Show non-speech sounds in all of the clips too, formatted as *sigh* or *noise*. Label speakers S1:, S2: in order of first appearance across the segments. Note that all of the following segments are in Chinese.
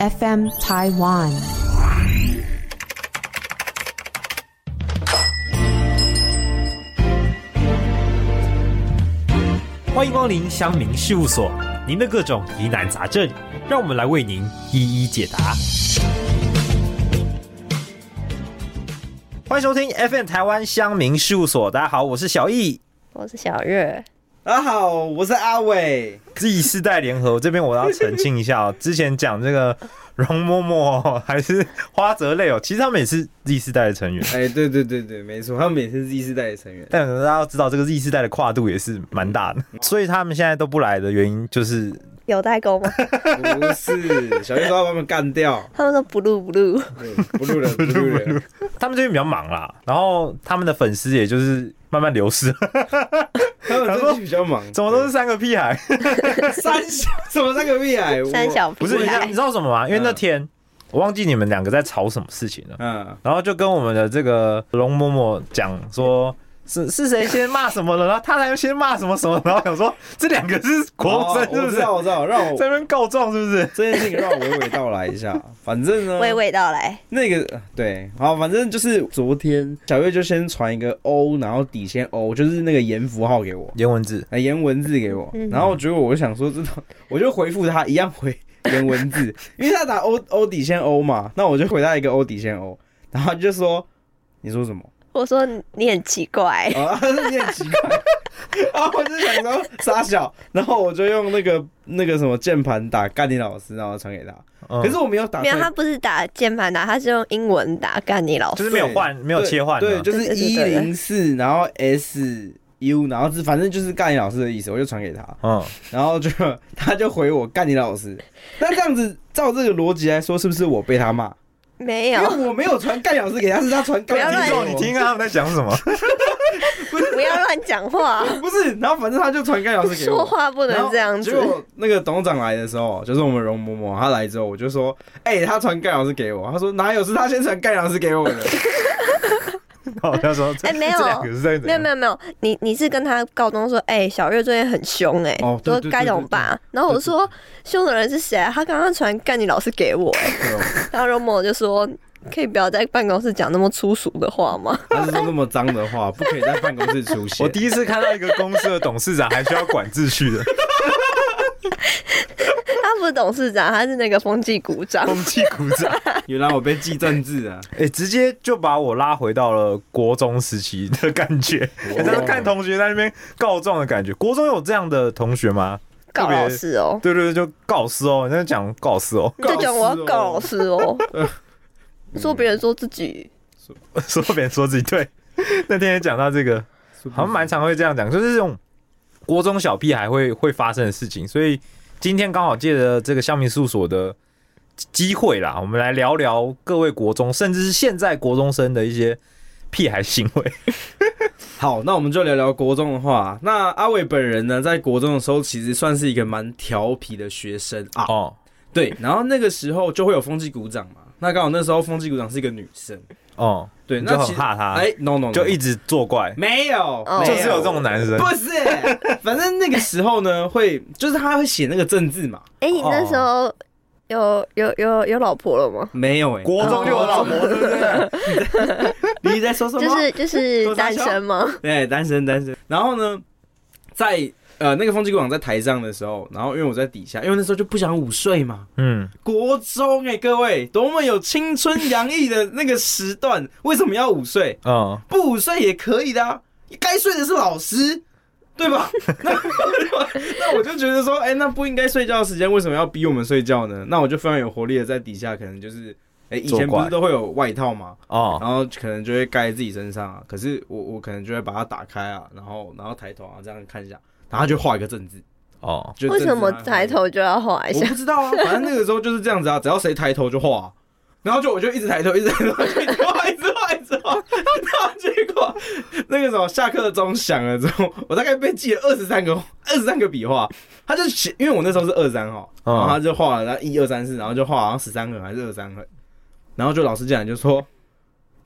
S1: FM Taiwan。
S2: 欢迎光临乡民事务所，您的各种疑难杂症，让我们来为您一一解答。欢迎收听 FM 台湾乡民事务所，大家好，我是小易。
S3: 我是小月，
S4: 大家好，哦我是阿伟。
S2: Z 世代联合，我这边我要澄清一下哦， *laughs* 之前讲这个容嬷嬷还是花泽类哦，其实他们也是 Z 世代的成员，
S4: 哎、对对对对，没错，他们也是 Z 世代的成 *laughs* 员。
S2: 但大家要知道这个 Z 世代的跨度也是蛮大的，所以他们现在都不来的原因就是
S3: 有代沟
S4: *laughs*
S3: 吗？
S4: 不是，小月说要把他们干掉，
S3: 他们说不录不录，
S4: 对不录 *laughs* 了，不录了。
S2: 他们最近比较忙啦，然后他们的粉丝也就是慢慢流失，
S4: 他们最近比较忙，
S2: 怎么都是三个屁孩？
S4: 三小？ *laughs* 怎么三个屁孩？我
S3: 三。小
S2: 不
S3: 屁
S2: 是，你知道你
S3: 孩
S2: 知，道什么吗？因为那天我忘记你们两个在吵什么事情了，
S4: 嗯，
S2: 然后就跟我们的这个龙嬷嬷讲说。是是谁先骂什么了？然后他才先骂什么什么，然后想说这两个是国中生
S4: 哦
S2: 是
S4: 我
S2: 不
S4: 知
S2: 是？
S4: 道，我知道，让
S2: 在
S4: 我 *laughs*
S2: 那边告状是不是？
S4: 这件事情让我娓娓道来一下。反正
S3: *laughs*
S4: 呢，
S3: 娓娓道来，
S4: 那个对，好，反正就是昨天小月就先传一个 O，然后底线 O，就是那个言符号给我，
S2: 颜文字，
S4: 哎，言文字给我
S3: 嗯，
S4: 然后结果我就想说，这种 *laughs* 我就回复他一样回言文字， *laughs* 因为他打 O O 底线 O 嘛，那我就回他一个 O 底线 O，然后他就说你说什么？ *laughs*
S3: 我说你你很奇怪，
S4: 啊，他说你很奇怪。 *laughs* 然后我就想说傻小，然后我就用那个那个什么键盘打干你老师，然后传给他。
S2: 嗯
S4: 可是我没有打
S3: 没有，
S4: 算，
S3: 他不是打键盘打，他是用英文打干你老
S2: 就
S3: 师，
S2: 是没有换，没有
S4: 对
S2: 切换啊，
S4: 对，就是
S3: 对对
S4: 一
S3: 对对
S4: 零四，然后 S U，然后是反正就是干你老师的意思，我就传给他。
S2: 嗯，
S4: 然后就他就回我干你老师。那这样子照这个逻辑来说，是不是我被他骂？
S3: 没
S4: 因
S3: 有，
S4: 为我没有传干你老师给他，是他传
S3: 不
S4: 干
S3: 要
S4: 你
S2: 听
S3: 乱
S4: 老
S2: 众
S4: 师。
S2: *laughs* 你听，看他们在讲什么。
S3: 不要乱讲话，
S4: *laughs* 不是？然后反正他就传干你老师给
S3: 说
S4: 我。
S3: 话不
S4: 然
S3: 能
S4: 后
S3: 这样
S4: 结
S3: 子，
S4: 果那个董事长来的时候，就是我们容嬷嬷，她来之后，我就说：“哎、他传干老师给我。”他说：“哪有是他先传干老师给我的
S2: 好像说，
S3: 哎
S2: *laughs*
S3: 没有
S2: 这两个是在
S3: 没有没有没有，你你是跟他告状说，哎、小月最近很凶、哎、
S4: 哦对
S3: 说
S4: 对对
S3: 该怎么
S4: 对
S3: 办啊？然后我说凶的人是谁啊？他刚刚传干你老师给我、哎，
S4: 对哦
S3: 然后 Romo 就说，可以不要在办公室讲那么粗俗的话吗？？”
S4: 他是说那么脏的话，不可以在办公室出
S3: *laughs*
S4: 现。
S2: 我第一次看到一个公司的董事长还需要管秩序的
S3: 他啊不是董事长，他是那个风纪股长。
S2: 风气鼓掌，
S4: 原来我被记政治啊！
S2: 哎、直接就把我拉回到了国中时期的感觉，
S4: 哇
S2: *laughs* 好像看同学在那边告状的感觉。国中有这样的同学吗？
S3: 告老师哦，
S2: 对对对，就告师哦，你在讲告师哦， *laughs*
S3: 就讲我要告老师
S4: 师 *laughs*
S3: 哦，
S4: 嗯
S3: *laughs* 说别人说自己
S2: 说别人说自己对。那天也讲到这个，
S4: 哦，
S2: 好像蛮常会这样讲，就是这种国中小屁孩会会发生的事情。所以今天刚好借着这个乡民事务所的机会啦，我们来聊聊各位国中，甚至是现在国中生的一些屁孩行为。
S4: 好，那我们就聊聊国中的话。那阿伟本人呢，在国中的时候，其实算是一个蛮调皮的学生啊。
S2: 哦，
S4: 对，然后那个时候就会有风纪股长嘛。那刚好那时候风纪股长是一个女生，
S2: 哦，
S4: 对，
S2: 你
S4: 那
S2: 就
S4: 其
S2: 很
S4: 实
S2: 怕他，
S4: 哎，no no，, no
S2: 就一直作怪，
S4: 没有，
S3: 哦
S4: 没
S2: 就
S4: 有
S2: 是有这种男生。
S4: 不是，反正那个时候呢，会就是他会写那个政治嘛，
S3: 哎，你那时候
S4: 哦
S3: 有有有有老婆了吗？
S4: 没有哎、
S2: 国中就有老婆，对不对？
S4: *laughs* 你在说什么？
S3: 就是就是
S4: *laughs* 我傻
S3: 单
S4: 笑
S3: 身吗？
S4: 对，单身单身。然后呢，在呃那个风纪股长在台上的时候，然后因为我在底下，因为那时候就不想午睡嘛，
S2: 嗯，
S4: 国中哎、各位，多么有青春洋溢的那个时段，为什么要午睡？
S2: 哦，
S4: 不午睡也可以的、啊，该睡的是老师， *laughs* 对吧？ *laughs* 那那我就觉得说，哎、那不应该睡觉的时间，为什么要逼我们睡觉呢？那我就非常有活力的在底下，可能就是，哎、以
S2: 作
S4: 前不
S2: 怪
S4: 是都会有外套吗？
S2: 哦，
S4: 然后可能就会盖在自己身上啊，可是我我可能就会把它打开啊，然后然后抬头啊这样看一下，然后就画一个正字，
S2: 哦，
S4: 就
S3: 为
S4: 正字啊
S3: 什么
S4: 然后
S3: 抬头就要画一
S4: 我
S3: 下？
S4: 不知道啊，反正那个时候就是这样子啊，只要谁抬头就画啊、然后就我就一直抬头，一直抬头， *laughs* 就一直画，一直画，一直画，然后结果那个什么下课钟响了之后，我大概被记了二十三个二十三个笔画，他就写，因为我那时候是二三号，然
S2: 嗯
S4: 后他就画了，然后一二三四，然后就画好像十三横还是二三横，然后就老师进来就说，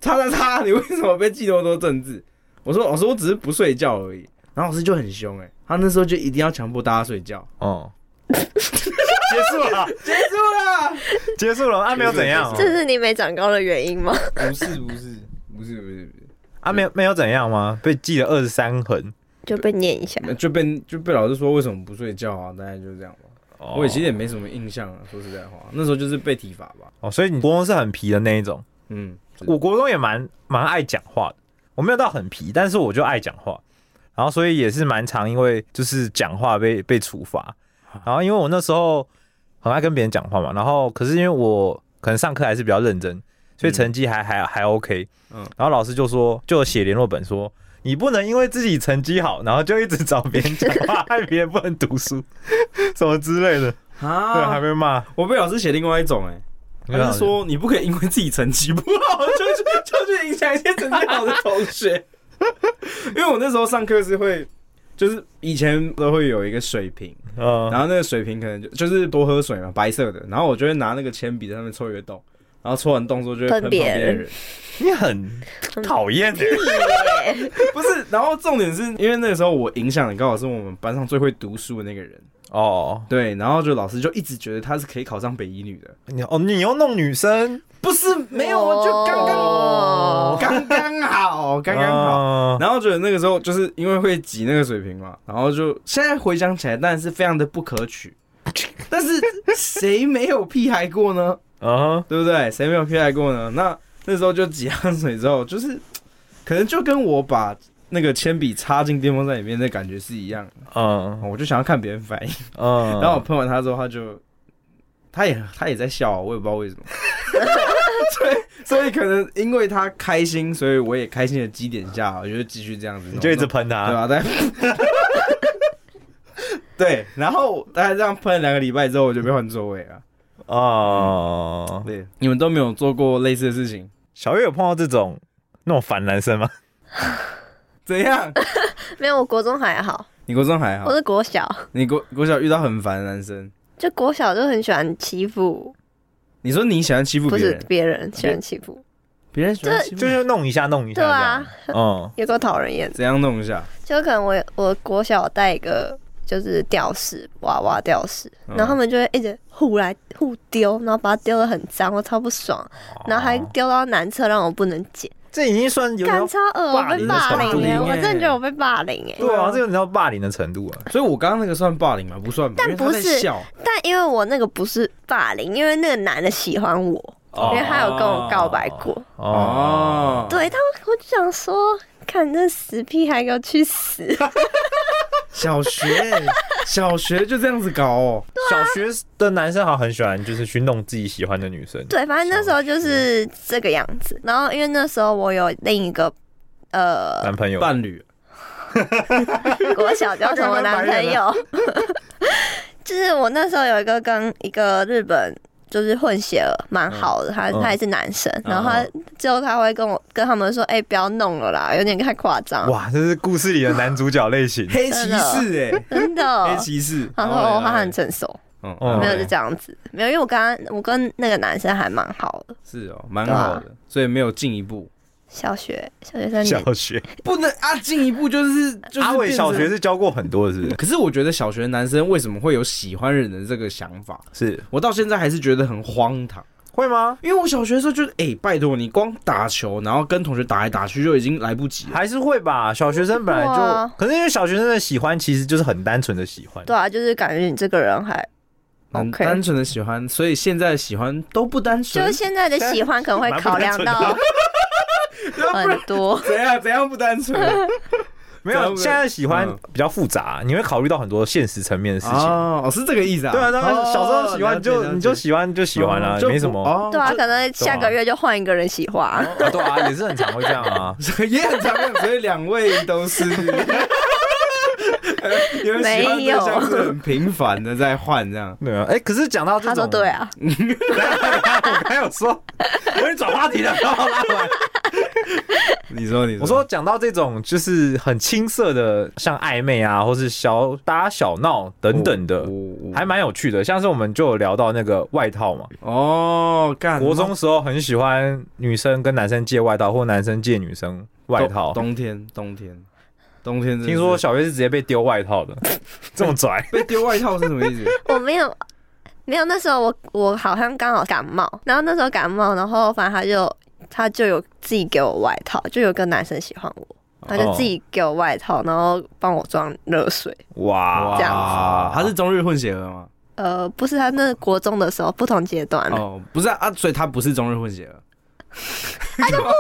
S4: 叉叉叉，你为什么被记那么多政治？我说老师我只是不睡觉而已，然后老师就很凶哎、他那时候就一定要强迫大家睡觉，
S2: 哦，结束了，
S4: 结束了。
S2: 结束了啊，没有怎样
S4: 结束
S3: *laughs* 这
S4: 了
S3: 是你没长高的原因吗？
S4: 不是不是不是不是不
S2: 啊，没有没有怎样吗？被记了二十三横，
S3: *laughs* 就被念一下，
S4: 是，就被就被老师说为什么不睡觉啊？大概就是这样吧。
S2: 哦
S4: 我也其实也没什么印象啊，说实在话，那时候就是被体罚吧。
S2: 哦，所以你国中是很皮的那一种。
S4: 嗯，是
S2: 我国中也蛮蛮爱讲话的，我没有到很皮，但是我就爱讲话，然后所以也是蛮常因为就是讲话被被处罚，然后因为我那时候很爱跟别人讲话嘛，然后可是因为我可能上课还是比较认真，所以成绩还、还还 OK，嗯
S4: 嗯，
S2: 然后老师就说就有写联络本说。你不能因为自己成绩好，然后就一直找别人讲话，害别人不能读书， *laughs* 什么之类的，对，还
S4: 啊，
S2: 被啊骂。
S4: 我被老师写另外一种哎、他是说你不可以因为自己成绩不好，就去就去影响一些成绩好的同学。因为我那时候上课是会，就是以前都会有一个水瓶，
S2: 嗯，
S4: 然后那个水瓶可能就就是多喝水嘛，白色的。然后我就会拿那个铅笔在上面戳一个洞，然后戳完洞之后就会
S3: 喷
S4: 喷旁
S3: 别
S4: 边的
S3: 人
S4: 人。
S2: 你很讨厌欸的。
S4: *laughs* 不是，然后重点是因为那个时候我影响很刚好是我们班上最会读书的那个人，
S2: 哦，
S4: 对，然后就老师就一直觉得他是可以考上北一女的，
S2: 你哦，你又弄女生，
S4: 不是没有，啊，就刚刚
S3: 哦
S4: 刚刚好，刚刚好。
S2: 好，
S4: 然后觉得那个时候就是因为会挤那个水平嘛，然后就现在回想起来，当然是非常的不可取。但是谁没有屁孩过呢？
S2: 嗯哼，
S4: 对不对？谁没有屁孩过呢？那那时候就挤上水之后，就是可能就跟我把那个铅笔插进电风扇里面的感觉是一样的。
S2: 嗯
S4: 我就想要看别人反应，
S2: 嗯，
S4: 然后我喷完他之后，他就他也他也在笑啊、我也不知道为什么。 *laughs* 所以所以可能因为他开心，所以我也开心的基点下，我就继续这样子弄，
S2: 你就一直
S4: 弄
S2: 喷啊
S4: 对
S2: 他，
S4: 吧？对。 *laughs* 对，然后大概这样喷了两个礼拜之后，我就被换座位了。
S2: 啊哦，
S4: 对，你们都没有做过类似的事情，
S2: 小月有碰到这种那种烦男生吗？
S4: 怎样？
S3: 没有，我国中还好，
S4: 你国中还好
S3: 我，是国小，
S4: 你国国小遇到很烦的男生，
S3: 就国小就很喜欢欺负，
S4: 你说你喜欢欺负
S3: 不
S4: 别
S3: 是
S4: 人，
S3: 别人喜欢欺负，
S4: 别人喜欢
S3: 这
S4: 欺负
S2: 就
S4: 你，
S2: 是弄一下弄一下，
S3: 对啊，
S2: 这样，嗯
S3: 有多讨人厌。
S4: 怎样弄一下？
S3: 就可能我我国小带一个就是吊饰娃娃吊饰，
S4: 嗯
S3: 然后他们就会一直互来互丢，然后把它丢得很脏，我超不爽，
S2: 嗯，
S3: 然后还
S2: 哦
S3: 丢到男厕让我不能捡，
S2: 这已经算有
S3: 干
S2: 点
S3: 超恶，我被霸
S2: 霸凌
S3: 凌
S2: 的程
S3: 哎，
S4: 度
S3: 我真的觉得我被霸凌哎。
S2: 对啊，这有点到霸凌的程度了，
S4: 所以我刚刚那个算霸凌吗？不算吧，
S3: 但
S4: 因为他
S3: 不
S4: 在
S3: 是
S4: 笑，
S3: 但因为我那个不是霸凌，因为那个男的喜欢我，
S2: 哦
S3: 因为他有跟我告白过。
S2: 哦，
S3: 对他，我就想说，看那死屁孩给我去
S2: *laughs*
S3: 死！
S4: 小学小学就这样子搞
S2: *laughs*
S4: 哦，
S3: 啊
S2: 小学的男生好像很喜欢就是去弄自己喜欢的女生，
S3: 对，反正那时候就是这个样子。然后因为那时候我有另一个呃
S2: 男朋友，
S4: 伴侣
S3: *laughs* 国小就要成为男朋
S4: 啊
S3: 友。 *laughs* 就是我那时候有一个跟一个日本就是混血儿蛮好的，他
S2: 嗯
S3: 他也是男生，
S4: 嗯，
S3: 然后他之后他会跟我跟他们说，哎、不要弄了啦，有点太夸张，
S2: 哇，这是故事里的男主角类型 *laughs*
S4: 黑骑士
S3: *laughs* 真
S4: *laughs* 哎，黑
S3: 的。
S4: 骑士，哎
S3: 他说
S4: 然后
S3: 哦，
S4: 嘞
S3: 他很，成熟，
S4: 然后嘞
S2: 嗯
S4: 嗯，
S3: 没有就
S4: 对
S3: 这样子，没有，因为我跟他我跟那个男生还蛮好的，
S4: 是哦，蛮好
S3: 啊
S4: 的，所以没有进一步，
S3: 小学小学三年，
S2: 小学
S4: 不能啊，进一步就是就是
S2: 阿伟
S4: 变
S2: 小
S4: 成
S2: 学。是教过很多的，是不是？
S4: *laughs* 可是我觉得小学男生为什么会有喜欢人的这个想法，
S2: 是
S4: 我到现在还是觉得很荒唐。
S2: 会吗？
S4: 因为我小学的时候就是，哎、拜托你光打球，然后跟同学打来打去就已经来不及了。
S2: 还是会吧，小学生本来就，
S3: 会啊
S2: 可是因为小学生的喜欢其实就是很单纯的喜欢，
S3: 对啊，就是感觉你这个人还
S4: 很
S3: OK
S4: 单纯的喜欢，所以现在的喜欢都不单
S3: 就
S4: 纯
S3: 是。现在的喜欢可能会考量
S4: *laughs*
S3: 到很多，
S4: 怎样怎样不
S3: *laughs*
S4: 单纯
S2: *laughs* 没有
S4: 对
S2: 现在喜欢
S4: 嗯
S2: 比较复杂，你会考虑到很多现实层面的事情。
S4: 哦，是这个意思啊。
S2: 对啊，当然小时候喜欢
S4: 哦了
S2: 就、
S4: 解了解
S2: 你就喜欢就喜欢啦、
S4: 哦就不
S2: 没什么。
S4: 哦
S3: 对啊，可能下个月就换一个人喜欢。
S2: 啊对啊，也是很常会这样啊。 *laughs*
S4: 就 *laughs* 也很常见，所以两位都是。
S3: *laughs*
S4: 你们喜欢对象是很频繁的在换这样，
S2: 对啊，哎、可是讲到这
S3: *laughs* 他
S2: 种，
S3: 说对，
S4: *laughs*
S3: 啊，
S4: 哦
S2: 我刚有说， *laughs* 我已经转话题了，然后拉
S4: *laughs*
S2: 回来。
S4: 你说你
S2: 我说讲到这种就是很青涩的，像暧昧啊，或是小打小闹等等
S4: 哦
S2: 的，呃还蛮有趣的。像是我们就有聊到那个外套嘛，
S4: 哦，干
S2: 国中时候很喜欢女生跟男生借外套，或男生借女生外套。
S4: 冬冬天冬天冬天真的是，
S2: 听说小月是直接被丢外套的，这么拽，
S4: 被丢外套是什么意思？
S3: 我没有，没有，那时候我我好像刚好感冒，然后那时候感冒，然后反正他就他就有自己给我外套，就有个男生喜欢我，
S4: 哦
S3: 他就自己给我外套，然后帮我装热水。
S2: 哇，
S3: *laughs* 这样
S4: 啊，他
S2: 他
S4: 是
S2: 是
S4: 中日混血儿吗？
S3: 呃，不是，他那国中的时候不同阶段了，
S4: 哦，不是啊，啊所以他不是中日混血
S3: *laughs*
S4: 啊儿，
S3: 不同
S4: 哦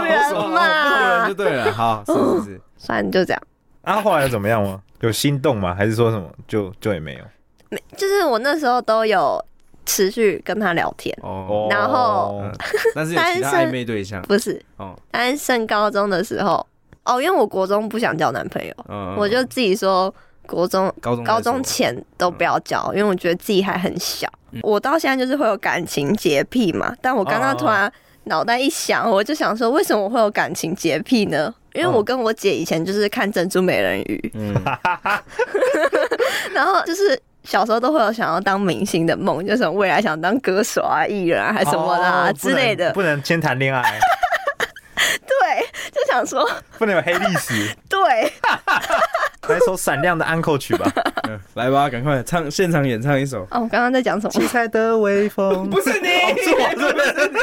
S4: 哦
S3: 人
S4: 不同人
S3: 嘛
S4: 就，对了。好，是是 *laughs* 是，
S3: 反正就这样。
S2: 啊，后来怎么样吗？有心动吗？还是说什么就就也没有？
S3: 没，就是我那时候都有持续跟他聊天，
S4: 哦，
S3: 然后
S4: 嗯但是有其他
S3: 单身
S4: 暧昧对象，
S3: 不是，
S4: 哦，
S3: 但是升高中的时候，哦，因为我国中不想交男朋友，
S4: 嗯，
S3: 我就自己说国中
S4: 高中
S3: 高
S4: 再说
S3: 中前都不要交，因为我觉得自己还很小。我到现在就是会有感情洁癖嘛，但我刚
S4: 哦哦
S3: 刚
S4: 哦
S3: 突然脑袋一想，我就想说，为什么我会有感情洁癖呢？因为我
S4: 嗯
S3: 跟我姐以前就是看《珍珠美人鱼 *laughs*
S4: 嗯，》，
S3: 然后就是小时候都会有想要当明星的梦，就是未来想当歌手啊、艺人啊，还什么啦、
S2: 哦
S3: 之类的。
S2: 不能不能先谈恋爱， *laughs*
S3: 对，就想说，
S2: 不能有黑历史。
S3: 对，，
S2: 来首闪亮的安扣曲吧。
S4: 嗯来吧，赶快唱现场演唱一首
S3: 哦，我刚刚在讲什么？
S2: 彩的微
S4: *laughs*
S2: 风
S4: 是你，哦是我，是不是你？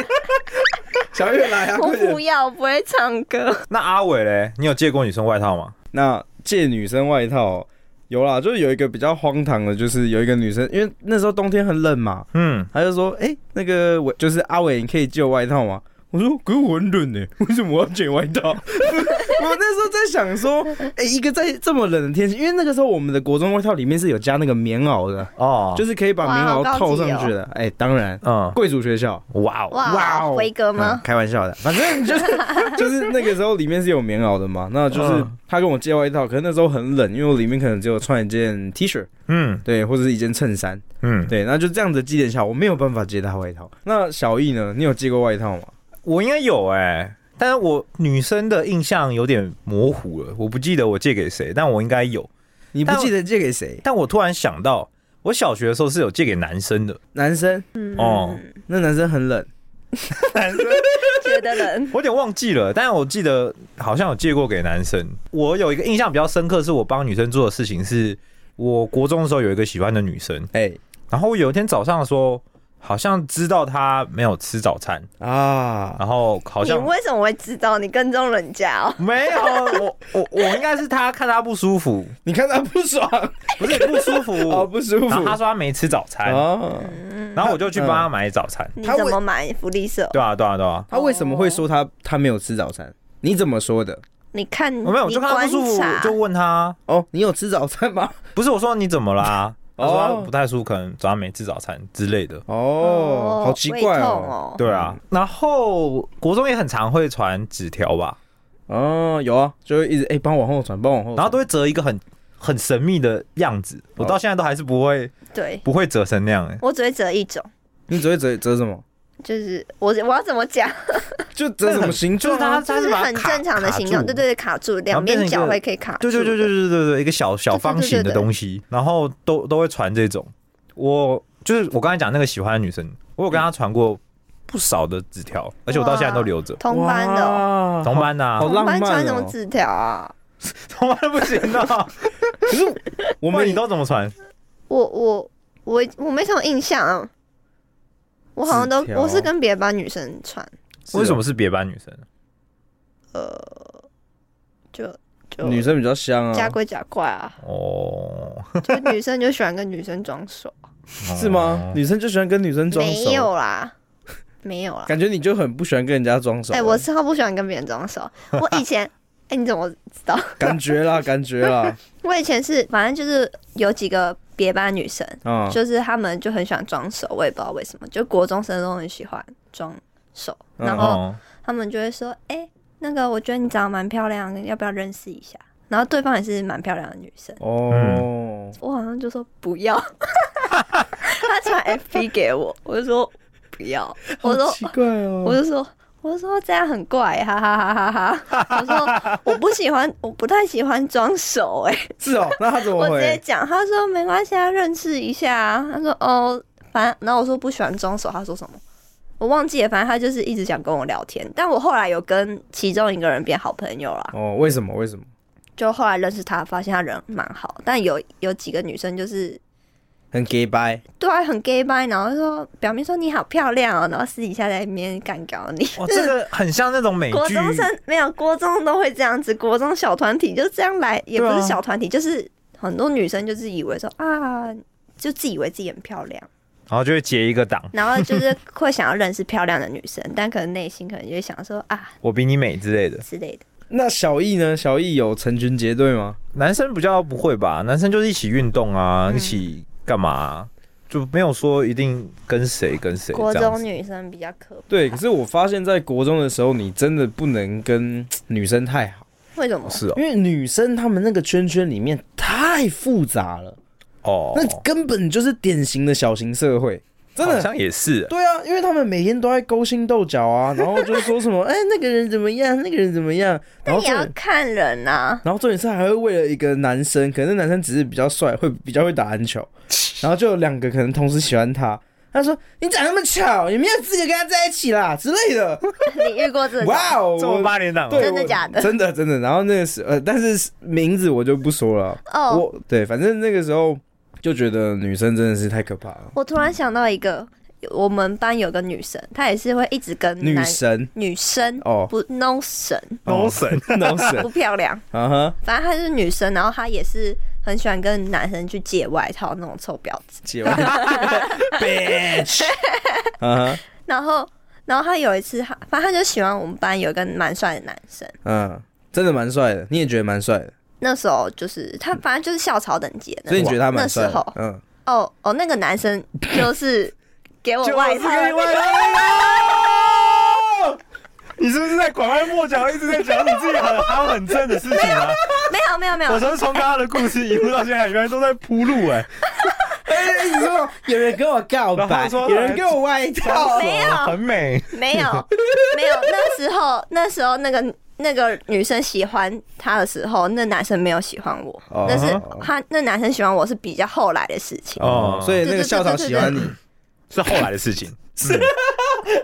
S4: 小月来啊，
S3: *laughs* 我
S4: 快点
S3: 不要，我不会唱歌。
S2: 那阿伟嘞，你有借过女生外套吗？
S4: 那借女生外套有啦，就是有一个比较荒唐的，就是有一个女生，因为那时候冬天很冷嘛，
S2: 嗯，
S4: 她就说：“哎、那个我就是阿伟，你可以借我外套吗？”我说：“可是我很冷呢、欸 *laughs* 为什么我要借外套？” *laughs* 我那时候在想说：“哎、一个在这么冷的天气，因为那个时候我们的国中外套里面是有加那个棉袄的，
S2: 哦，
S4: 就是可以把棉
S3: 哇
S4: 袄
S3: 好高
S4: 套
S3: 级哦
S4: 上去的。哎、当然，
S2: 嗯，
S4: 贵族学校。”
S2: 哇哦，
S4: 哇
S3: 哇
S4: 哦，
S3: 辉哥
S4: 嗯
S3: 吗？
S4: 开玩笑的，反正就是 *laughs* 就是那个时候里面是有棉袄的嘛，那就是
S2: 嗯
S4: 他跟我借外套，可是那时候很冷，因为我里面可能只有穿一件 T 恤，
S2: 嗯
S4: 对，或者是一件衬衫，
S2: 嗯，
S4: 对，那就这样子积点下，我没有办法借他外套。那小易呢？你有借过外套吗？
S2: 我应该有哎、但是我女生的印象有点模糊了，我不记得我借给谁，但我应该有。
S4: 你不
S2: 但我
S4: 记得借给谁？
S2: 但我突然想到，我小学的时候是有借给男生的，
S4: 男生，
S3: 嗯
S2: 哦，
S4: 那男生很冷，
S2: 男生
S3: 觉得冷。
S2: 我有点忘记了，但是我记得好像有借过给男生。我有一个印象比较深刻，是我帮女生做的事情是，我国中的时候有一个喜欢的女生，
S4: 哎、
S2: 然后有一天早上的时候，好像知道她没有吃早餐，
S4: 啊，
S2: 然后好
S3: 你
S2: 像
S3: 为什么会知道？你跟踪人家哦？
S2: 没有，我我我应该是她看她不舒服，
S4: 你看他不爽，
S2: 不是不
S3: *laughs*
S2: 舒
S4: 哦，
S2: 服，
S4: 不舒服
S2: 然后她说她没吃早餐，
S4: 哦，
S2: 然后我就去帮她买早餐，
S3: 你
S4: 他
S3: 怎
S4: 为
S3: 么买福利社？
S2: 对啊对啊对啊，
S4: 他为什么会说他他没有吃早餐？你怎么说的？
S3: 你看，
S2: 我哦没有，我就看她不舒服
S3: 嗯你观，察
S2: 就问她，
S4: 哦，你有吃早餐吗？
S2: 不是我说你怎么啦？她说她
S4: 哦
S2: 不太舒服，可能早上没吃早餐之类的。
S4: 哦，好奇怪
S3: 胃痛
S4: 哦。
S3: 哦。
S2: 对啊，然后国中也很常会传纸条吧，
S4: 哦，有啊，就会一直哎，帮、我往后传，帮我往后传，
S2: 然后都会折一个很很神秘的样子，我
S4: 哦
S2: 到现在都还是不会
S3: 对，
S2: 不会折成那样哎、欸
S3: 我只会折一种，
S4: 你只会折折什么？
S3: 就是我我要怎么讲？
S4: 就折什么形
S2: 就是
S4: 状
S2: 它
S4: 啊？
S3: 哦就
S2: 它
S3: 是
S2: 把它
S3: 很
S2: 卡
S3: 正常的形状，对对，对，卡住，
S2: 后
S3: 两
S2: 变成
S3: 边
S2: 一个
S3: 角会可以卡住
S2: 对
S3: 的。
S2: 对对对对对对，一个小小方形的东西，然后都都会传这种。我就是我刚才讲那个喜欢的女生，我有跟她传过不少的纸条，而且我到现在都留着。
S3: 同班的哦，
S4: 哇
S2: 同班啊呐、
S4: 好
S3: 同班
S4: 浪漫哦
S3: 传什么纸条啊？
S2: 同班不行 *laughs* 啊！
S4: 可是我
S2: *laughs* 我们
S4: 们
S2: 你都怎么传？
S3: 我我我我没什么印象啊，我好像都
S4: 纸条
S3: 我是跟别的班女生传，
S4: 哦
S2: 为什么是啊别班女生？
S3: 呃就
S4: 是
S3: 就
S4: 哦女生比较香
S3: 假
S4: 啊？
S3: 鬼假怪啊，
S2: *laughs* 哦，
S3: 就女生就喜欢跟女生装熟，
S4: 是
S2: 哦
S4: 吗？女生就喜欢跟女生装
S3: 没
S4: 熟，
S3: 有啦，没有啦。
S4: 感觉你就很不喜欢跟人家装熟。
S3: 哎、我超不喜欢跟别人装熟。我以前，哎、你怎么知道？
S4: *laughs* 感觉
S3: *laughs*
S4: 啦，感觉啦，
S3: 我以前是，反正就是有几个别班女生，
S4: 啊，
S3: 就是她们就很喜欢装熟，我也不知道为什么，就国中生都很喜欢装熟，
S4: 嗯
S3: 然后
S2: 哦，
S3: 她们就会说，哎、那个我觉得你长得蛮漂亮的，要不要认识一下？然后对方也是蛮漂亮的女生，
S4: 哦，
S3: 我好像就说不要， *laughs* 她传 FB 给我，我就说不要，我
S4: 好
S3: 说
S4: 奇怪
S3: 我
S4: 哦。
S3: 就说，我就说这样很怪，哈哈哈哈哈！我说我不喜欢，我不太喜欢装熟、欸，哎，*laughs*
S4: 是哦，那他怎么
S3: 我直接
S4: 回？
S3: 讲，他说没关系啊，认识一下、啊。他说哦，反正，然后我说不喜欢装熟，他说什么？我忘记了，反正他就是一直想跟我聊天，但我后来有跟其中一个人变好朋友啦，
S4: 哦，为什么？为什么？
S3: 就后来认识他，发现他人蛮好，但有有几个女生就是
S4: 很 gay 掰，
S3: 对啊，很 gay 拜，然后就说表面说你好漂亮哦，然后私底下在那边干搞你。
S2: 哇，这个很像那种美
S3: 国
S2: 剧，
S3: 中生没有，国中都会这样子，国中小团体就这样来，也不
S2: 对
S3: 是
S2: 啊
S3: 小团体，就是很多女生就是以为说啊，就自以为自己很漂亮，
S2: 然后就会结一个档，
S3: 然后就是
S2: *laughs*
S3: 会想要认识漂亮的女生，但可能内心可能就会想说啊
S2: 我比你美之类的。
S3: 之类的。
S4: 那小易呢？小易有成群结队吗？
S2: 男生比较不会吧？男生就是一起运动啊，
S3: 嗯
S2: 一起干嘛啊、就没有说一定跟谁跟谁
S3: 国
S2: 这样
S3: 中
S2: 子。
S3: 女生比较可
S4: 对，可是我发现，在国中的时候，你真的不能跟女生太好，
S3: 怕，为什么？
S2: 是哦
S4: 因为女生她们那个圈圈里面太复杂了，
S2: 哦，
S4: 那根本就是典型的小型社会，真
S2: 好
S4: 的。
S2: 像也是
S4: 对啊，因为他们每天都在勾心斗
S3: *laughs*
S4: 角啊，然后就是说什么，哎、那个人怎么样，那个人怎么样，然
S3: 那
S4: 后
S3: 也要
S4: 这。
S3: 看人啊。
S4: 然后重点是还会为了一个男生，可能那男生只是比较帅，会比较会打
S3: *laughs*
S4: 篮球，然后就有两个可能同时喜欢他。他说：“你长那么巧，你没有资格跟他在一起啦之类的。
S3: 你遇过这”种？
S4: 哇哦，
S2: 这么
S4: 我
S2: 八连档哦、
S4: 对
S3: 真的
S4: 我
S3: 假的
S4: 真的真的。然后那个时呃，但是名字我就不说了。
S3: 哦，
S4: 我对，反正那个时候就觉得女生真的是太可怕了，
S3: 我突然想到一个，我们班有个女生，她也是会一直跟嗯
S4: 女
S3: 男
S4: 神
S3: 女生
S4: 哦，
S3: 不 no 神
S2: 农神 *laughs*
S4: 农
S3: 不
S4: 神
S3: 漂亮，
S4: 啊哈，
S3: 反正她是女生，然后她也是很喜欢跟男生去借外套那种臭婊子，
S4: 姐 *laughs* ，bitch
S3: 嗯
S4: 啊哈，
S3: 然后。然后她有一次，她反正她就喜欢我们班有一个蛮帅的男生，
S4: 嗯，真的蛮帅的，你也觉得蛮帅的，
S3: 那时候就是他，反正就是校草等级的那种。
S4: 所以你觉得他蛮
S3: 那时
S4: 帅
S3: 候
S4: 的，嗯，
S3: 哦哦，那个男生就是给我外套的那个，
S2: 套。你是不是在拐弯抹角一直在讲你自己很憨很正的事情啊？
S3: *laughs* 没有没有没
S4: *laughs*
S3: 有
S2: 我，从从刚刚的故事一路到现在，原来都在铺路
S3: *laughs*
S2: 哎、
S4: 哎，你说有人跟我告
S2: 然
S4: 白，
S2: 后说
S4: 有人给我外套，
S3: 没有
S2: 很美。
S3: 没有，没有。那时候，那时候那个那个女生喜欢他的时候，那男生没有喜欢我。
S4: 哦
S3: 那是他那男生喜欢我是比较后来的事情。
S4: 哦，所以那个校草喜欢你
S2: 是后来的事情。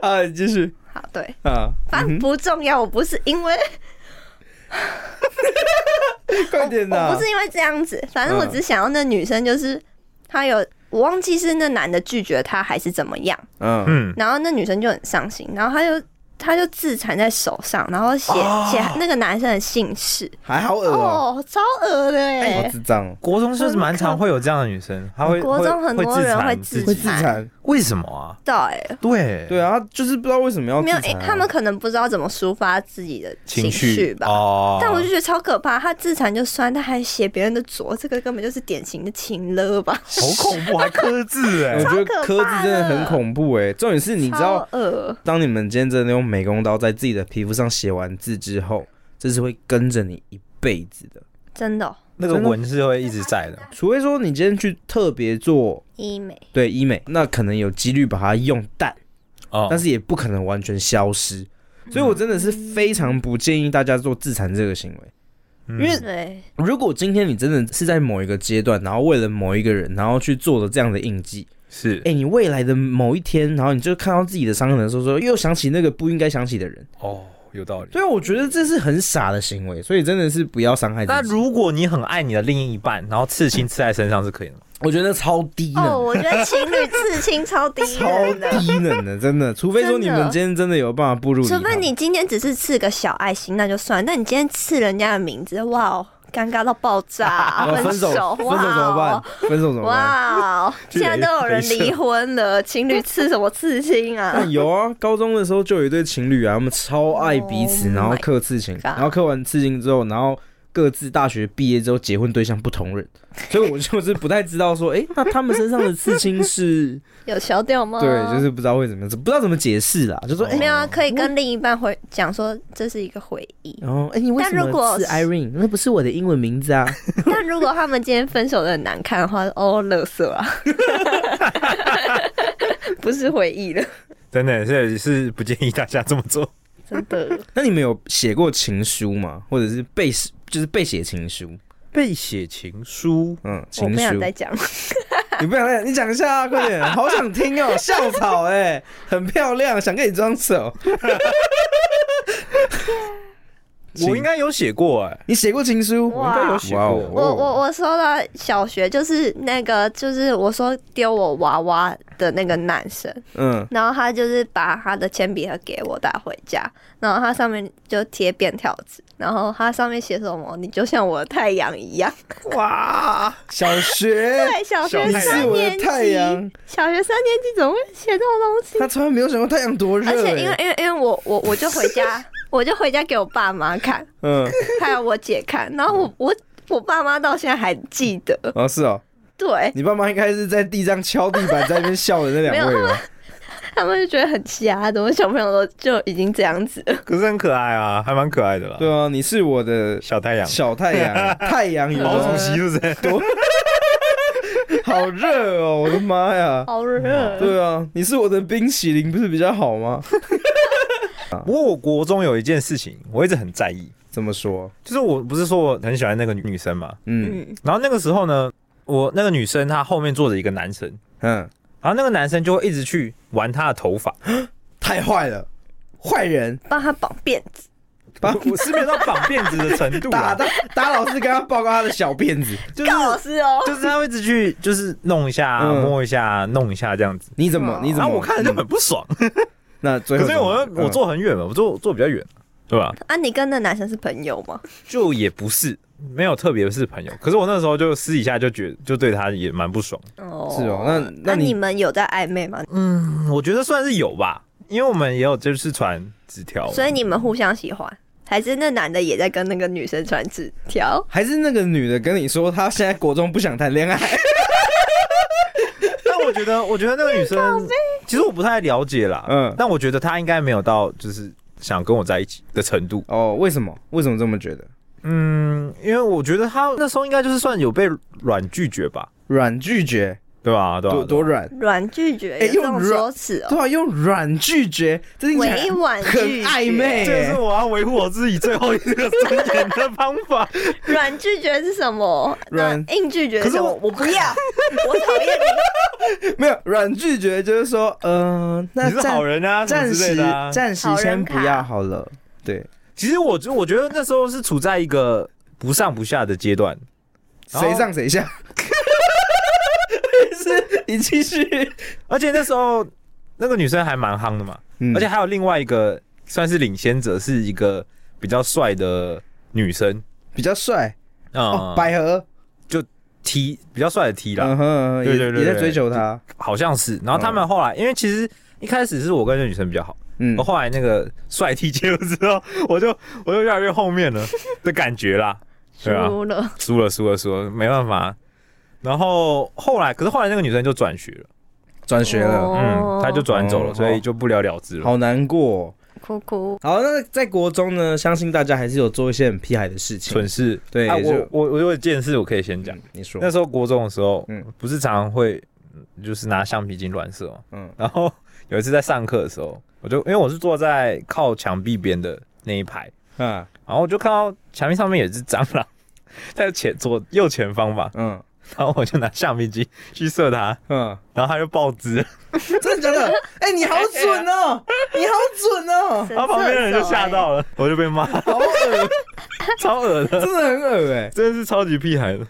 S4: 啊，继续
S3: 好，对，
S4: 啊，
S3: 反正不重要。我不是因为
S4: 快点呐，
S3: 我不是因为这样子，反正我
S4: 啊嗯
S3: 只想要那女生就是她有。我忘记是那男的拒绝她还是怎么样，
S4: 嗯，
S2: 嗯，
S3: 然后那女生就很伤心，然后她就她就自残在手上，然后写
S2: 哦
S3: 写那个男生的姓氏，
S4: 还好啊恶哦，
S3: 哦，超恶的哎、
S4: 好智障哦，
S2: 国中就是蛮常会有这样的女生，她会
S3: 国中很多人
S2: 会
S3: 会
S2: 自
S3: 自
S2: 残自
S4: 会自
S2: 己，
S4: 残。
S2: 为什么啊？
S3: 对，
S2: 对
S4: 对啊，就是不知道为什么要
S3: 没有，
S4: 自
S3: 诶
S4: 残啊
S3: 他们可能不知道怎么抒发自己的
S2: 情
S3: 绪吧。
S4: 啊
S2: 哦，
S3: 但我就觉得超可怕，他自残就算，他还写别人的左，这个根本就是典型的情勒吧，
S2: 好恐怖，还刻 *laughs* 字
S4: 我
S2: 哎，
S4: 觉得
S3: 超可怕
S4: 科技真的很恐怖哎、重点是你知道，
S3: 超恶
S4: 当你们今天真的用美工刀在自己的皮肤上写完字之后，这是会跟着你一辈子的。
S3: 真的哦、
S2: 那个
S4: 真的
S2: 文是会一直在的。
S4: 除非说你今天去特别做
S3: 医美
S4: 对医美，那可能有几率把它用淡，
S2: 哦
S4: 但是也不可能完全消失。所以我真的是非常不建议大家做自残这个行为。
S2: 因
S4: 因为
S3: 对，
S4: 如果今天你真的是在某一个阶段，然后为了某一个人，然后去做了这样的印记，
S2: 是
S4: 哎、你未来的某一天，然后你就看到自己的伤痕的时候，说又想起那个不应该想起的人。
S2: 哦，有道理。
S4: 对啊，我觉得这是很傻的行为，所以真的是不要伤害
S2: 那
S4: 自己。
S2: 如果你很爱你的另一半，然后刺青刺在身上是可以的吗？
S4: 我觉得超低能，
S3: 哦，我觉得情侣刺青超低
S4: 超
S3: 能的，
S4: 低能的，真的。除非说你们今天真的有办法步入，
S3: 除非你，今天只是刺个小爱心那就算，但你今天刺人家的名字，哇哦，尴尬到爆
S4: *laughs*
S3: 炸，
S4: 哦分手，
S3: 手，
S4: 分手怎
S3: 哇
S4: 么
S3: 哦
S4: 办？分手怎么办？
S3: 哇哦！
S2: 去
S3: *laughs* 现在
S2: 雷
S3: 都有
S2: 雷
S3: 人
S2: 射
S3: 离婚了，情侣刺什么刺青啊
S4: 但？有啊，高中的时候就有一对情侣啊，他们超爱彼此，
S3: Oh
S4: 然后
S3: my
S4: 刻刺青，
S3: God
S4: 然后刻完刺青之后，然后各自大学毕业之后结婚对象不同人，所以我就是不太知道说，哎、 *laughs* 那他们身上的刺
S3: *laughs*
S4: 青是，
S3: *laughs* 有消掉吗？
S4: 对，就是不知道为什么，不知道怎么解释啦，就说，
S3: *laughs*
S4: 哎、
S3: 没有啊，可以跟另一半回讲说这是一个回忆。
S4: 然后，哎、你为什
S3: 但如
S4: 么
S3: 果
S4: 是
S3: 是
S4: Irene？那不是我的英文名字啊！
S3: 但如果他们今天分手的很难看的话，哦，乐色
S4: *laughs*
S3: 啊， *laughs* 不是回忆了，
S2: *laughs* 真的是是不建议大家这么做。
S3: 真的。
S4: 那你们有写过情书吗？或者是被就是被写情书？
S2: 被写情书，
S4: 嗯，
S3: 我
S4: 情
S3: 不想
S4: 书。
S3: 再讲，
S4: 你不想再你讲一下啊，
S3: *laughs*
S4: 快点！好想听哦，校草哎、很漂亮，想跟你装手。
S2: *laughs* 我应该有写过哎、
S4: 你写过情书？
S2: 我应该有写
S4: 哇哦
S2: 过。
S3: 我我我收到小学就是那个就是我说丢我娃娃的那个男生，
S4: 嗯，
S3: 然后他就是把他的铅笔盒给我带回家，然后他上面就贴便条纸，然后他上面写什么你就像我的太阳一样， *laughs*
S4: 哇，小学
S3: 对，小学
S2: 小
S4: 你
S2: 太
S4: 是
S3: 三
S4: 我
S3: 年
S4: 的
S3: 级，
S4: 太阳，
S3: 小学三年级怎么会写这种东西？
S4: 他从来没有想过太阳多热、
S3: 而
S4: 欸，
S3: 且因为因为因为我我我就回家，我就回家给我爸妈看，
S4: 嗯，
S3: 还有我姐看，然后我我我爸妈到现在还记得，
S4: 哦是哦，
S3: 对
S4: 你爸妈应该是在地上敲地板，在那边笑的那两位吧？
S3: 他们就觉得很瞎，怎么小朋友都就已经这样子了？
S2: 可是很可爱啊，还蛮可爱的啦。
S4: 对啊，你是我的
S2: 小太阳，
S4: 小
S2: *laughs*
S4: 太阳，太阳有
S2: 毛主
S4: 多
S2: 席是不是？
S4: *laughs* 好热哦，我的妈呀！
S3: *laughs* 好热，
S4: 对啊，你是我的冰淇淋，不是比较好吗？
S2: 不过 *laughs* 我国中有一件事情，我一直很在意，
S4: 怎么说？
S2: 就是我不是说我很喜欢那个女生嘛，
S4: 嗯
S3: 嗯，
S2: 然后那个时候呢，我那个女生她后面坐着一个男生，
S4: 嗯，
S2: 然后那个男生就会一直去玩她的头发，
S4: 太坏了，坏人
S3: 帮他绑辫子，
S4: 把
S2: 我是没有到绑辫子的程度
S4: *laughs* 打
S2: 啦，
S4: 打打老师，跟他报告他的小辫子，
S2: 就是
S3: 告老师哦，
S2: 就是他会一直去就是弄一下、啊
S4: 嗯
S2: 摸一下、弄一下这样子，
S4: 你怎么
S3: 哦
S4: 你怎
S2: 然
S4: 么？
S2: 后啊我看着就
S4: 嗯
S2: 很不
S4: *laughs*
S2: 爽，
S4: 那最后
S2: 可
S4: 怎
S2: 是
S4: 么，
S2: 我我
S4: 嗯
S2: 坐很远嘛，我坐坐比较远，对吧？
S3: 啊，你跟那男生是朋友吗？
S2: 就也不是没有特别是朋友，可是我那时候就私底下就觉得就对他也蛮不爽。
S3: 哦
S4: 是哦那那你
S3: 你们有在暧昧吗？
S2: 嗯，我觉得算是有吧，因为我们也有就是传纸条，
S3: 所以你们互相喜欢，还是那男的也在跟那个女生传纸条？
S4: 还是那个女的跟你说，她现在国中不想谈恋
S2: *laughs*
S4: 爱，
S2: 但我觉得我觉得那个女生其实我不太了解啦，
S4: 嗯
S2: 嗯，但我觉得她应该没有到就是想跟我在一起的程度。
S4: 哦，为什么？为什么这么觉得？
S2: 嗯，因为我觉得她那时候应该就是算有被软拒绝吧，
S4: 软拒绝，
S2: 对吧？对吧？啊
S4: 多
S2: 对吧
S4: 多软，
S3: 软拒绝
S4: 哎
S3: 有这种
S4: 用软
S3: 说辞哦，
S4: 对啊，用软拒绝，这听起来
S3: 委婉
S4: 很
S3: 拒绝
S4: 暧昧
S2: 这个是我要维护我自己最后一个尊严的方法。
S3: 软拒绝是什么？那
S4: 软
S3: 硬拒绝是
S2: 可
S3: 什么？
S2: 是我
S3: 我不
S4: *laughs*
S3: 要，我讨厌你。
S4: 没有软拒绝，就是说，嗯， *laughs* 那
S2: 你是
S4: 暂
S2: 好人啊，什么
S4: 暂
S2: 之
S4: 时
S2: 类的啊
S4: 暂时
S3: 好人
S4: 先不
S3: 卡
S4: 要好了，对，
S2: 其实我觉我觉得那时候是处在一个不上不下的阶段，然后
S4: 谁上谁下。 *laughs* 是你继续，
S2: 而且那时候那个女生还蛮夯的嘛，
S4: 嗯
S2: 而且还有另外一个算是领先者，是一个比较帅的女生，
S4: 比较帅哦
S2: 啊，，
S4: 百合，
S2: T 比较帅的 T 啦，
S4: 嗯哼，
S2: 对对
S4: 也
S2: 对
S4: 也在
S2: 对
S4: 追求他，
S2: 好像是。然后他们后来，因为其实一开始是我跟那女生比较好，
S4: 嗯
S2: 后来那个帅 T 接入之后，我就我就越来越后面
S4: *laughs*
S2: 了的感觉啦，对啊
S3: 输了，
S2: 输了输了输了，没办法。然后后来，可是后来那个女生就转学了，
S4: 转学了，
S3: 哦
S2: 嗯，她就转走
S4: 哦
S2: 了，所以就不了了之了。
S4: 好难过哦。
S3: 哭哭。
S4: 好，那在国中呢，相信大家还是有做一些很屁孩的事情。
S2: 蠢事，
S4: 对
S2: 啊、
S4: 就
S2: 我我我有一件事我可以先讲
S4: 嗯。你说
S2: 那时候国中的时候，
S4: 嗯
S2: 不是常常会嗯就是拿橡皮筋乱射嘛，
S4: 嗯
S2: 嗯，然后 *laughs* 有一次在上课的时候，我就因为我是坐在靠墙壁边的那一排，
S4: 啊，
S2: 然后我就看到墙壁上面有一只蟑螂，在前左右前方吧，
S4: 嗯
S2: 然后我就拿橡皮筋去射它，
S4: 嗯，
S2: 然后它就爆汁了，
S4: 真
S2: *laughs*
S4: 的假的？哎、你好准哦，你好准哦，
S2: 然后旁边的人就吓到欸了，我就被骂，
S4: 好恶，
S2: 超恶的，
S4: 真的很恶哎、
S2: *laughs* 真的是超级屁孩的，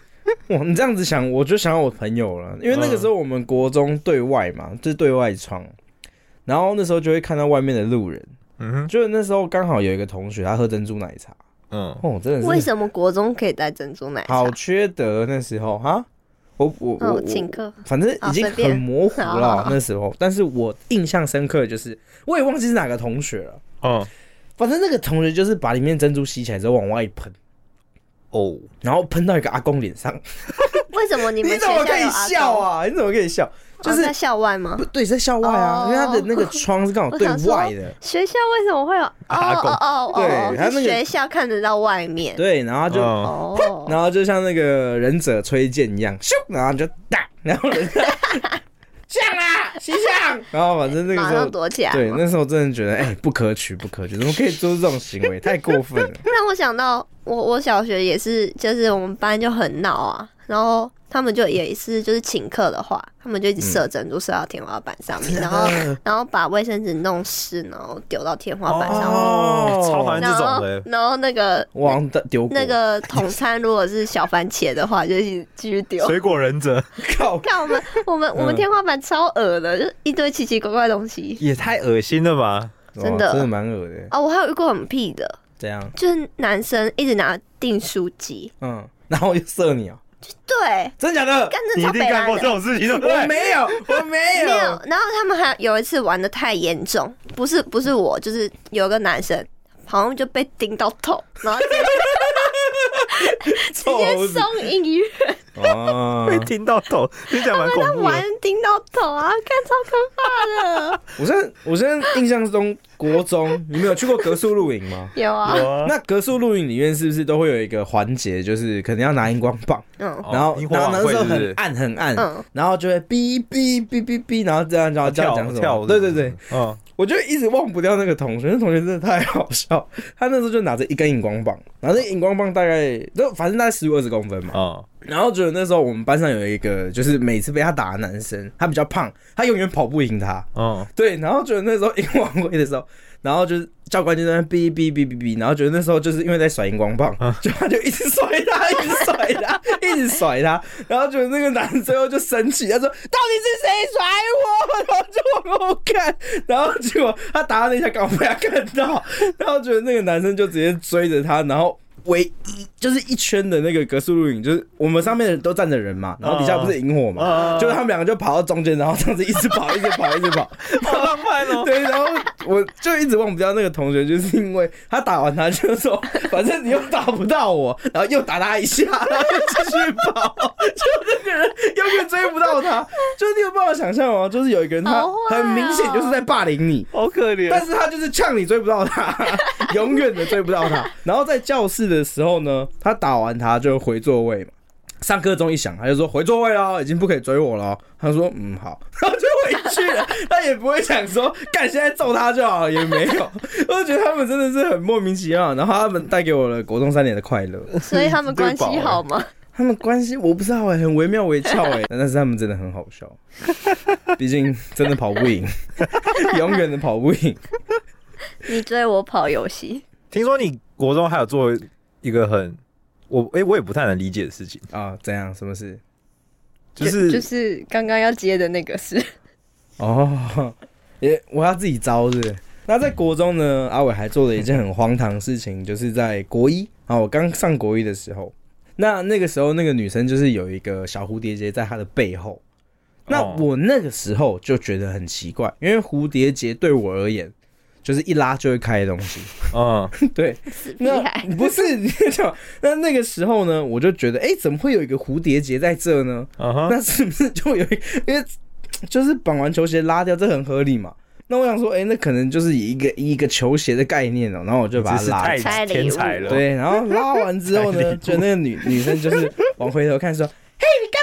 S4: 哇，你这样子想，我就想到我朋友了，因为那个时候我们国中对外嘛，就是对外窗，然后那时候就会看到外面的路人，
S2: 嗯哼，
S4: 就是那时候刚好有一个同学他喝珍珠奶茶，
S2: 嗯，
S4: 哦，真的是
S3: *laughs* 为什么国中可以带珍珠奶茶？
S4: 好缺德那时候哈，我我我
S3: 哦
S4: 我，
S3: 请客。
S4: 反正已经
S3: 哦随便哦
S4: 很模糊了
S3: 好
S4: 那时候，但是我印象深刻的就是，我也忘记是哪个同学了。
S2: 哦
S4: 反正那个同学就是把里面珍珠吸起来之后往外喷，
S2: 哦，
S4: 然后喷到一个阿公脸上。
S3: *laughs* 为什么你
S4: 你
S3: 们学
S4: 怎么可
S3: 校
S4: 以
S3: 有
S4: 笑
S3: 阿
S4: 啊？你怎么可以笑？
S3: 公？
S4: 就
S3: 哦
S4: 是
S3: 在校外吗
S4: 不？对，在校外啊，
S3: 哦。
S4: 因为他的那个窗是刚好对外的
S3: *laughs* 学校为什么会有？哦
S2: 阿公
S3: 哦哦
S4: 对
S3: 哦
S4: 他那
S3: 哦，
S4: 个
S3: 是学校看得到外面。
S4: 对，然后他就，
S2: 嗯
S3: 哦，
S4: 然后就像那个忍者吹剑一样，咻，然后就打，然后
S3: *laughs*
S4: 人家像啊，西向，然后反正那个
S3: 马
S4: 时候
S3: 上躲起来。
S4: 对，那时候真的觉得，哎、不可取，不可取，怎么可以做出这种行为？太过分了。
S3: 让我想到我我小学也是，就是我们班就很闹啊，然后他们就也是就是请客的话，他们就一直射珍珠射到天花板上
S4: *laughs*
S3: 面，然后然后把卫生纸弄湿，然后丢到天花板上
S4: 啊
S3: 面。
S2: 哦，超讨厌这
S3: 然
S2: 种
S3: 后
S2: 的，
S3: 然后那个
S4: 往那丢过
S3: 那个桶餐如果是小番茄的话，就一直继续丢。
S2: 水果忍 *laughs* 者
S4: 靠，
S3: 看我们我们我们
S4: 嗯
S3: 天花板超恶的，就一堆奇奇怪怪的东西。
S2: 也太恶心了吧！
S3: *laughs* 真的
S4: 哇真的蛮恶的。
S3: 哦，我还有遇过很屁的，
S4: 怎样？
S3: 就是男生一直拿订书机，
S4: 嗯，然后我就射你哦，
S3: 对，
S4: 真假的？
S3: 干这
S2: 你一
S3: 超
S2: 定
S3: 北
S2: 干
S3: 蓝
S2: 过这
S3: 的。
S2: 种事情，对不
S4: 我
S2: 对？
S4: 没有，我没
S3: 没有
S4: 有。，
S3: 然后他们还有一次玩的太严重，不是不是我，就是有个男生好像就被叮到头，然后直接
S2: *laughs*
S4: 臭
S3: 直
S4: 猴
S3: 接
S4: 子
S3: 送医院，
S4: 哦
S2: 会听到头，你讲蛮恐怖
S3: 玩
S2: 的。
S3: 叮到头啊，看超可怕的。
S4: 我现在我现在印象中，国中你们有去过格数露营吗？
S2: *laughs*
S3: 有啊，
S2: 有啊
S4: 那格数露营里面是不是都会有一个环节，就是可能要拿荧光棒，
S3: 嗯
S4: 然后
S2: 哦萤火
S4: 然后
S2: 晚
S4: 那
S2: 会
S4: 时候
S2: 是不
S4: 很
S2: 是？
S4: 暗很暗，
S3: 嗯
S4: 然后就会哔哔哔哔哔，然后这样然后这样
S2: 哦跳
S4: 讲什
S2: 跳
S4: 么？
S2: 舞
S4: 对对对，，
S2: 嗯，
S4: 我就一直忘不掉那个同学，那同学真的太好笑。他那时候就拿着一根荧光棒，然后那荧光棒大概就反正大概十五二十公分嘛。
S2: 哦，
S4: 然后就那时候我们班上有一个，就是每次被他打的男生，他比较胖，他永远跑不赢他。
S2: 嗯，
S4: 对，然后觉得那时候英晚会的时候，然后就是教官就在那哔哔哔哔哔，然后觉得那时候就是因为在甩荧光棒，就他就一直甩他，一直甩他，一直甩他，然后觉得那个男生就生气，他说到底是谁甩我，然后就往后看，然后结果他打他那一下刚好被他看到，然后觉得那个男生就直接追着他，然后。唯一就是一圈的那个格数录影，就是我们上面的人都站着人嘛，然后底下不是萤火嘛，
S2: 嗯嗯嗯
S4: 就是他们两个就跑到中间，然后这样子一直跑，一直跑，一直
S3: *laughs*
S4: 跑，
S2: 好浪漫 *laughs* 哦。
S4: *laughs* 对，然后我就一直忘不掉那个同学，就是因为他打完他就说，反正你又打不到我，然后又打他一下，然后又继续跑，就那个人永远追不到他。就是你有办法想象吗？就是有一个人他
S3: 好坏哦
S4: 很明显就是在霸凌你。
S2: 好可怜
S4: 但是他就是呛你追不到他， *laughs* 永远的追不到他。然后在教室的时候呢，他打完他就回座位嘛。上课钟一响，他就说回座位了，已经不可以追我了。他说嗯好， *laughs* 然后就回去了。他也不会想说干现在揍他就好了，也没有。 *laughs* 我就觉得他们真的是很莫名其妙，然后他们带给我了国中三年的快乐。
S3: 所以他们关系
S2: 对吧
S3: 好吗？
S4: 他们关系我不知道哎、很惟妙惟肖哎、 *laughs* 但是他们真的很好笑， *laughs* 毕竟真的跑不赢， *laughs* 永远的跑不赢。
S3: 你追我跑游戏，
S2: 听说你国中还有做一个很我哎、我也不太能理解的事情，
S4: 啊，怎样？什么事？
S2: 就是
S3: 就是刚刚要接的那个事。
S4: 哦，也我要自己招是不是那在国中呢，阿伟还做了一件很荒唐的事情，就是在国一啊，我刚上国一的时候，那那个时候那个女生就是有一个小蝴蝶结在她的背后。那
S2: 哦
S4: 我那个时候就觉得很奇怪，因为蝴蝶结对我而言就是一拉就会开的东西。
S2: 嗯，
S4: 对，那
S3: 屁孩
S4: 不是 *laughs* 你知道那那个时候呢，我就觉得，哎、怎么会有一个蝴蝶结在这呢？
S2: 嗯哼，
S4: 那是不是就有一 *laughs* 因为就是绑完球鞋拉掉，这很合理嘛？那我想说，哎、那可能就是以一个以一个球鞋的概念哦、然后我就把
S2: 真
S4: 它
S2: 是
S4: 拉。
S2: 太天才了，，
S4: 对，然后拉完之后
S2: *laughs* 太离
S4: 呢，
S2: 谱
S4: 就那个女女生就是往回头看说：“ *laughs* 嘿，你干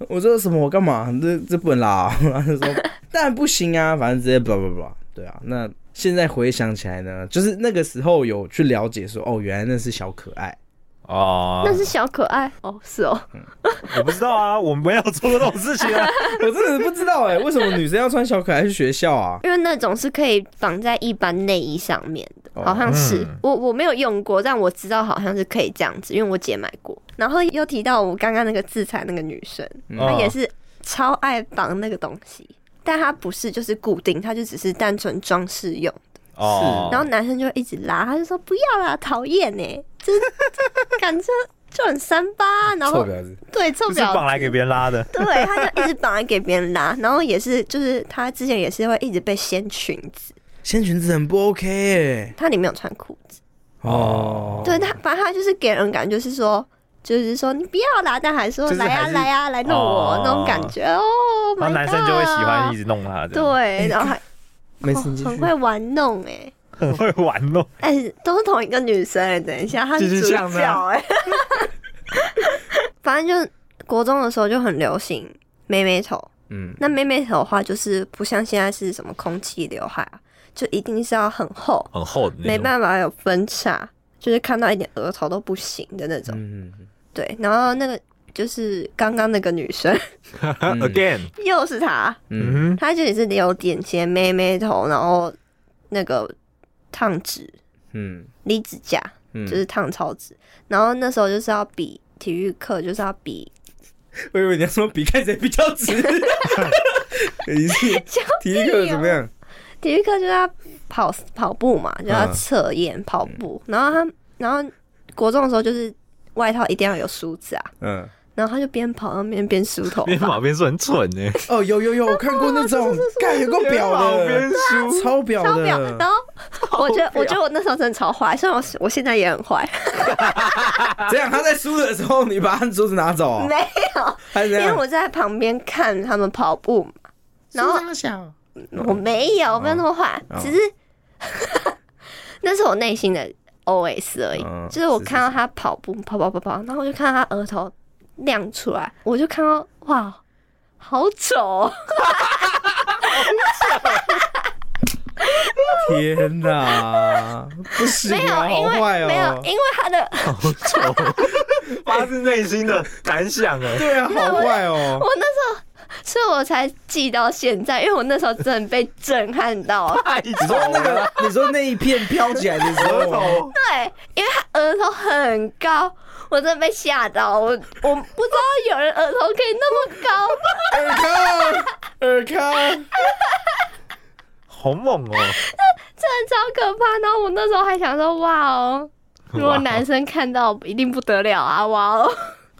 S4: 嘛？”我说：“什么？我干嘛？这这不能拉、哦。” *laughs* 然后她就说：“当然不行啊，反正直接 blah blah blah。”对啊，那现在回想起来呢，就是那个时候有去了解说，哦，原来那是小可爱。
S2: 哦，
S3: 那是小可爱哦，是哦，
S2: 我不知道啊，我没有做过这种事情 *laughs* 啊，
S4: 我真的不知道哎、为什么女生要穿小可爱去学校啊？
S3: 因为那种是可以绑在一般内衣上面的，
S4: 哦
S3: 好像是、
S2: 嗯
S3: 我我没有用过，但我知道好像是可以这样子，因为我姐买过。然后又提到我刚刚那个自残那个女生，她
S2: 嗯
S3: 也是超爱绑那个东西，但她不是就是固定，她就只是单纯装饰用。
S2: 哦，
S3: 然后男生就会一直拉，他就说不要啦，讨厌呢，这感觉 *laughs* 就很三八，然
S4: 臭
S3: 后
S4: 婊子，
S3: 对臭
S2: 不是
S3: 婊
S2: 绑来给别人拉的，
S3: *laughs* 对，他就一直绑来给别人拉，然后也是，就是他之前也是会一直被掀裙子，
S4: 掀裙子很不 OK 哎、
S3: 他里面有穿裤子，
S4: 哦，
S3: 对他，反正他就是给人感觉是说，就是说你不要啦，但还说
S2: 就是
S3: 来呀、
S2: 还是
S3: 来呀、来弄我、
S2: 哦
S3: 那种感觉哦，
S2: 然后男生就会喜欢一
S3: 直
S2: 直弄他，这样，
S3: 对，然后还、
S4: 没
S3: 哦
S4: 事，你继续
S3: 很会玩弄哎、
S2: 很 *laughs* 会玩哦弄，
S3: 哎、都是同一个女生哎、等一下，她
S4: 就是是
S3: 主
S4: 这样子啊
S3: 角哎、 *laughs* 反正就是国中的时候就很流行妹妹头，
S4: 嗯，
S3: 那妹妹头的话，就是不像现在是什么空气刘海啊，就一定是要很厚，
S2: 很厚的那种，
S3: 没办法啊有分叉，就是看到一点额头都不行的那种。
S4: 嗯，
S3: 对，然后那个就是刚刚那个女生， *laughs*
S4: 嗯
S2: *laughs* again，
S3: 又是她，
S4: 嗯，
S2: 嗯哼，
S3: 她就也是有点尖妹妹头，然后那个烫纸
S4: 嗯
S3: 离子架，
S4: 嗯，
S3: 就是烫草纸，然后那时候就是要比体育课，就是要比
S4: 我以为你要说比看谁比较直，你是体育课怎么样？
S3: 体育课就是要跑跑步嘛，就要
S4: 嗯
S3: 测验跑步。然后他，然后国中的时候就是外套一定要有梳子啊，
S4: 嗯，
S3: 然后他就边跑然后边边梳
S2: *laughs*
S3: 头
S2: 边
S3: 发，
S2: 跑边说很蠢欸呢，
S4: 哦，有有有，我看过那种，干有够表
S2: 边
S4: 的，
S2: 输，
S4: 超表
S3: 超表。然
S4: 的，
S3: 后我觉得，我觉得我那时候真的超坏，虽然我我现在也很坏，
S4: 这样他在输的时候，你把他的珠子拿走啊，
S3: 没
S4: 还是
S3: 有，
S4: 这
S3: 因为
S4: 样？
S3: 我在旁边看他们跑步嘛，然后
S4: 小，
S3: 我没有，我没有那么坏，
S4: 哦
S3: 只是 *laughs* 那是我内心的 OS 而已。
S4: 嗯
S3: 就是我看到他跑步跑跑跑跑，然后我就看到他额头亮出来，我就看到哇，好丑、哦！
S4: 天哪，不行
S3: 没有，
S4: 啊，
S3: 因
S4: 好
S3: 为、
S4: 坏
S3: 没有，
S4: 哦，
S3: 因为他的
S2: 好丑，哦发自内心的感想哎，。
S4: 对啊，好坏哦，
S3: 所以我才记到现在，因为我那时候真的被震撼
S4: *laughs*
S3: 到
S2: 太
S4: 你
S2: 丑
S4: 说那
S2: 了，
S4: 个，你说那一片飘起来的时
S2: 舌
S4: 候，
S2: 头
S3: 对，因为他额头很高，我真的被吓到。我我不知道有人额头可以那么高吧？
S4: 尔康，尔康，
S2: 好猛哦，
S3: 真的超可怕。然后我那时候还想说，哇哦，如
S2: 哇
S3: 果男生看到一定不得了啊，哇哦，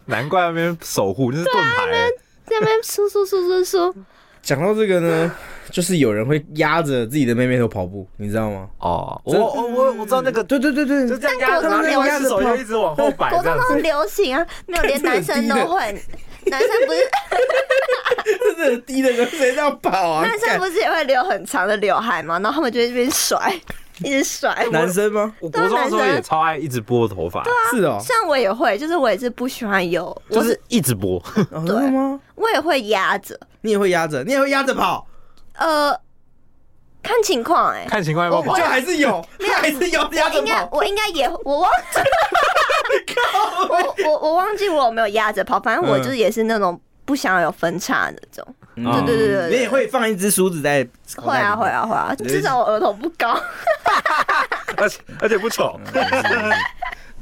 S2: 难怪那边守护就是盾牌欸，
S3: 在那边梳梳梳梳梳，
S4: 讲到这个呢，就是有人会压着自己的妹妹头跑步，你知道
S3: 啊
S4: 吗？
S2: 哦，我
S4: 真
S2: 我我我知道那个
S4: 对对对对，
S2: 就这样压着，然
S3: 但国
S2: 后
S3: 中
S2: 另外一只手就一直往后摆
S3: 国
S2: 哎这
S3: 中
S2: 样
S3: 都
S2: 子
S3: 很。流行啊，没有连男生都会，男生不是
S4: 真的很低的人谁这样跑啊？
S3: 男生不是也会留很长的刘海吗？然后他们就会这边甩，一直甩。
S4: 干男生吗？
S2: 我国中的时候
S3: 对啊啊男
S2: 也
S3: 生
S2: 超爱一直拨头发，
S4: 是哦，
S3: 像我也会，就是我也是不喜欢有，
S2: 就
S3: 我是
S2: 是一直
S3: *laughs*
S2: 拨。
S4: 哦真的吗？
S3: 我也会压着，
S4: 你也会压着，你也会压着跑，
S3: 呃，看情况哎、
S2: 看情况要不要跑
S3: 我
S4: 就还是有，还是有压
S3: 我
S4: 着
S3: 应该
S4: 跑。
S3: 我应该也我忘记， *laughs* 我我我忘记我有没有压着跑，反正我就是也是那种不想有分叉的那种。
S2: 对对
S3: 对对对
S4: 嗯你也会放一只梳子在口
S3: 会
S4: 袋里
S3: 啊
S4: 面
S3: 会，啊会啊，
S4: 对
S3: 至少我额头不高。 *laughs*
S2: 而且而且不丑。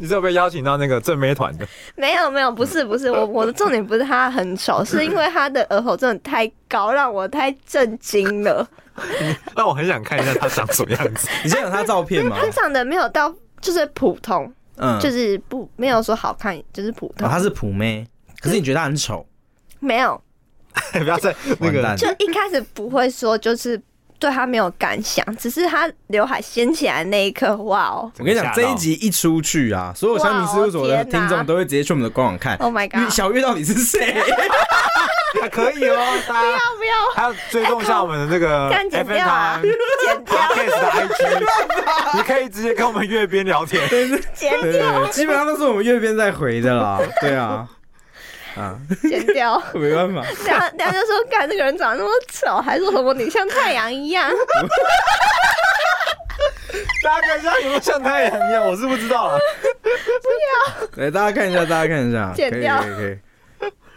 S2: 你嗯是有被邀请到那个正妹团的？
S3: 没有没有，不是不是，我我的重点不是他很丑，是因为他的额头真的太高，让我太震惊 *laughs* 了。
S2: 那我很想看一下她长什么样
S3: *laughs*
S2: 子。
S4: 你现在有他照片吗？
S3: 他长得没有到就是普通，
S4: 嗯，哦
S3: 就是是不没有说好看，哦就是普通，
S4: 他是普妹，可是你觉得他很丑，
S3: 没有
S2: 不要再那
S4: 完
S2: 个
S4: 蛋
S3: 就一开始不会说就是。对他没有感想，只是他刘海掀起来那一刻，哇哦
S4: 我跟你讲，这一集一出去啊，所有香米事务所的
S3: 哇哦天
S4: 听
S3: 哪
S4: 众都会直接去我们的官网看。
S3: ，Oh my
S4: 月
S3: god！
S4: 小月到底是谁？
S2: 还可以哦，大家
S3: 不要
S2: 还要追踪一下我们的那个
S3: 这样
S2: F
S3: 剪
S2: N
S3: 掉啊
S2: 团
S3: 剪掉
S2: Podcast 的 IG，你可以直接跟我们月边聊天。
S3: 剪
S2: *laughs*
S4: 对对对，基本上都是我们月边在回的啦。对啊，啊，
S3: 剪掉， *laughs*
S4: 没办法，
S3: 然后然后就说：“看这个人长得那么丑，还说什么你像太阳一样。”
S2: 大家看一下有没有像太阳一样？我是不知道啊了。
S4: 来大家看一下，大家看一下，可以
S3: 剪
S4: 可以
S3: 掉
S4: 可以。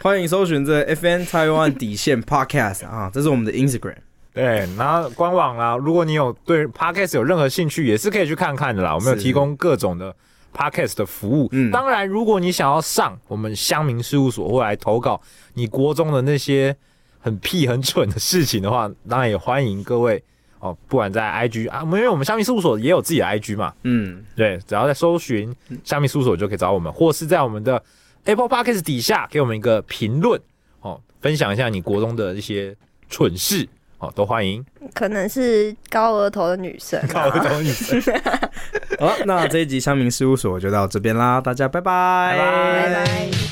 S4: 欢迎搜寻这 FN Taiwan 底线 Podcast 啊，这是我们的 Instagram。
S2: 对，然后官网啦，如果你有对 podcast 有任何兴趣，也是可以去看看的啦。我们有
S4: 是
S2: 提供各种的 podcast 的服务。
S4: 嗯
S2: 当然，如果你想要上我们乡民事务所或来投稿你国中的那些很屁很蠢的事情的话，当然也欢迎各位哦，不管在 IG 啊，因为我们乡民事务所也有自己的 IG 嘛，
S4: 嗯，
S2: 对，只要在搜寻虾米搜索就可以找我们，或是在我们的 Apple Podcast 底下给我们一个评论哦，分享一下你国中的一些蠢事哦，都欢迎。
S3: 可能是高额头的女生、
S2: 高
S3: 啊。
S2: 中女生，
S4: 好了，那这一集香明事务所就到这边啦，大家拜拜，
S2: *laughs* 拜拜
S3: 拜拜。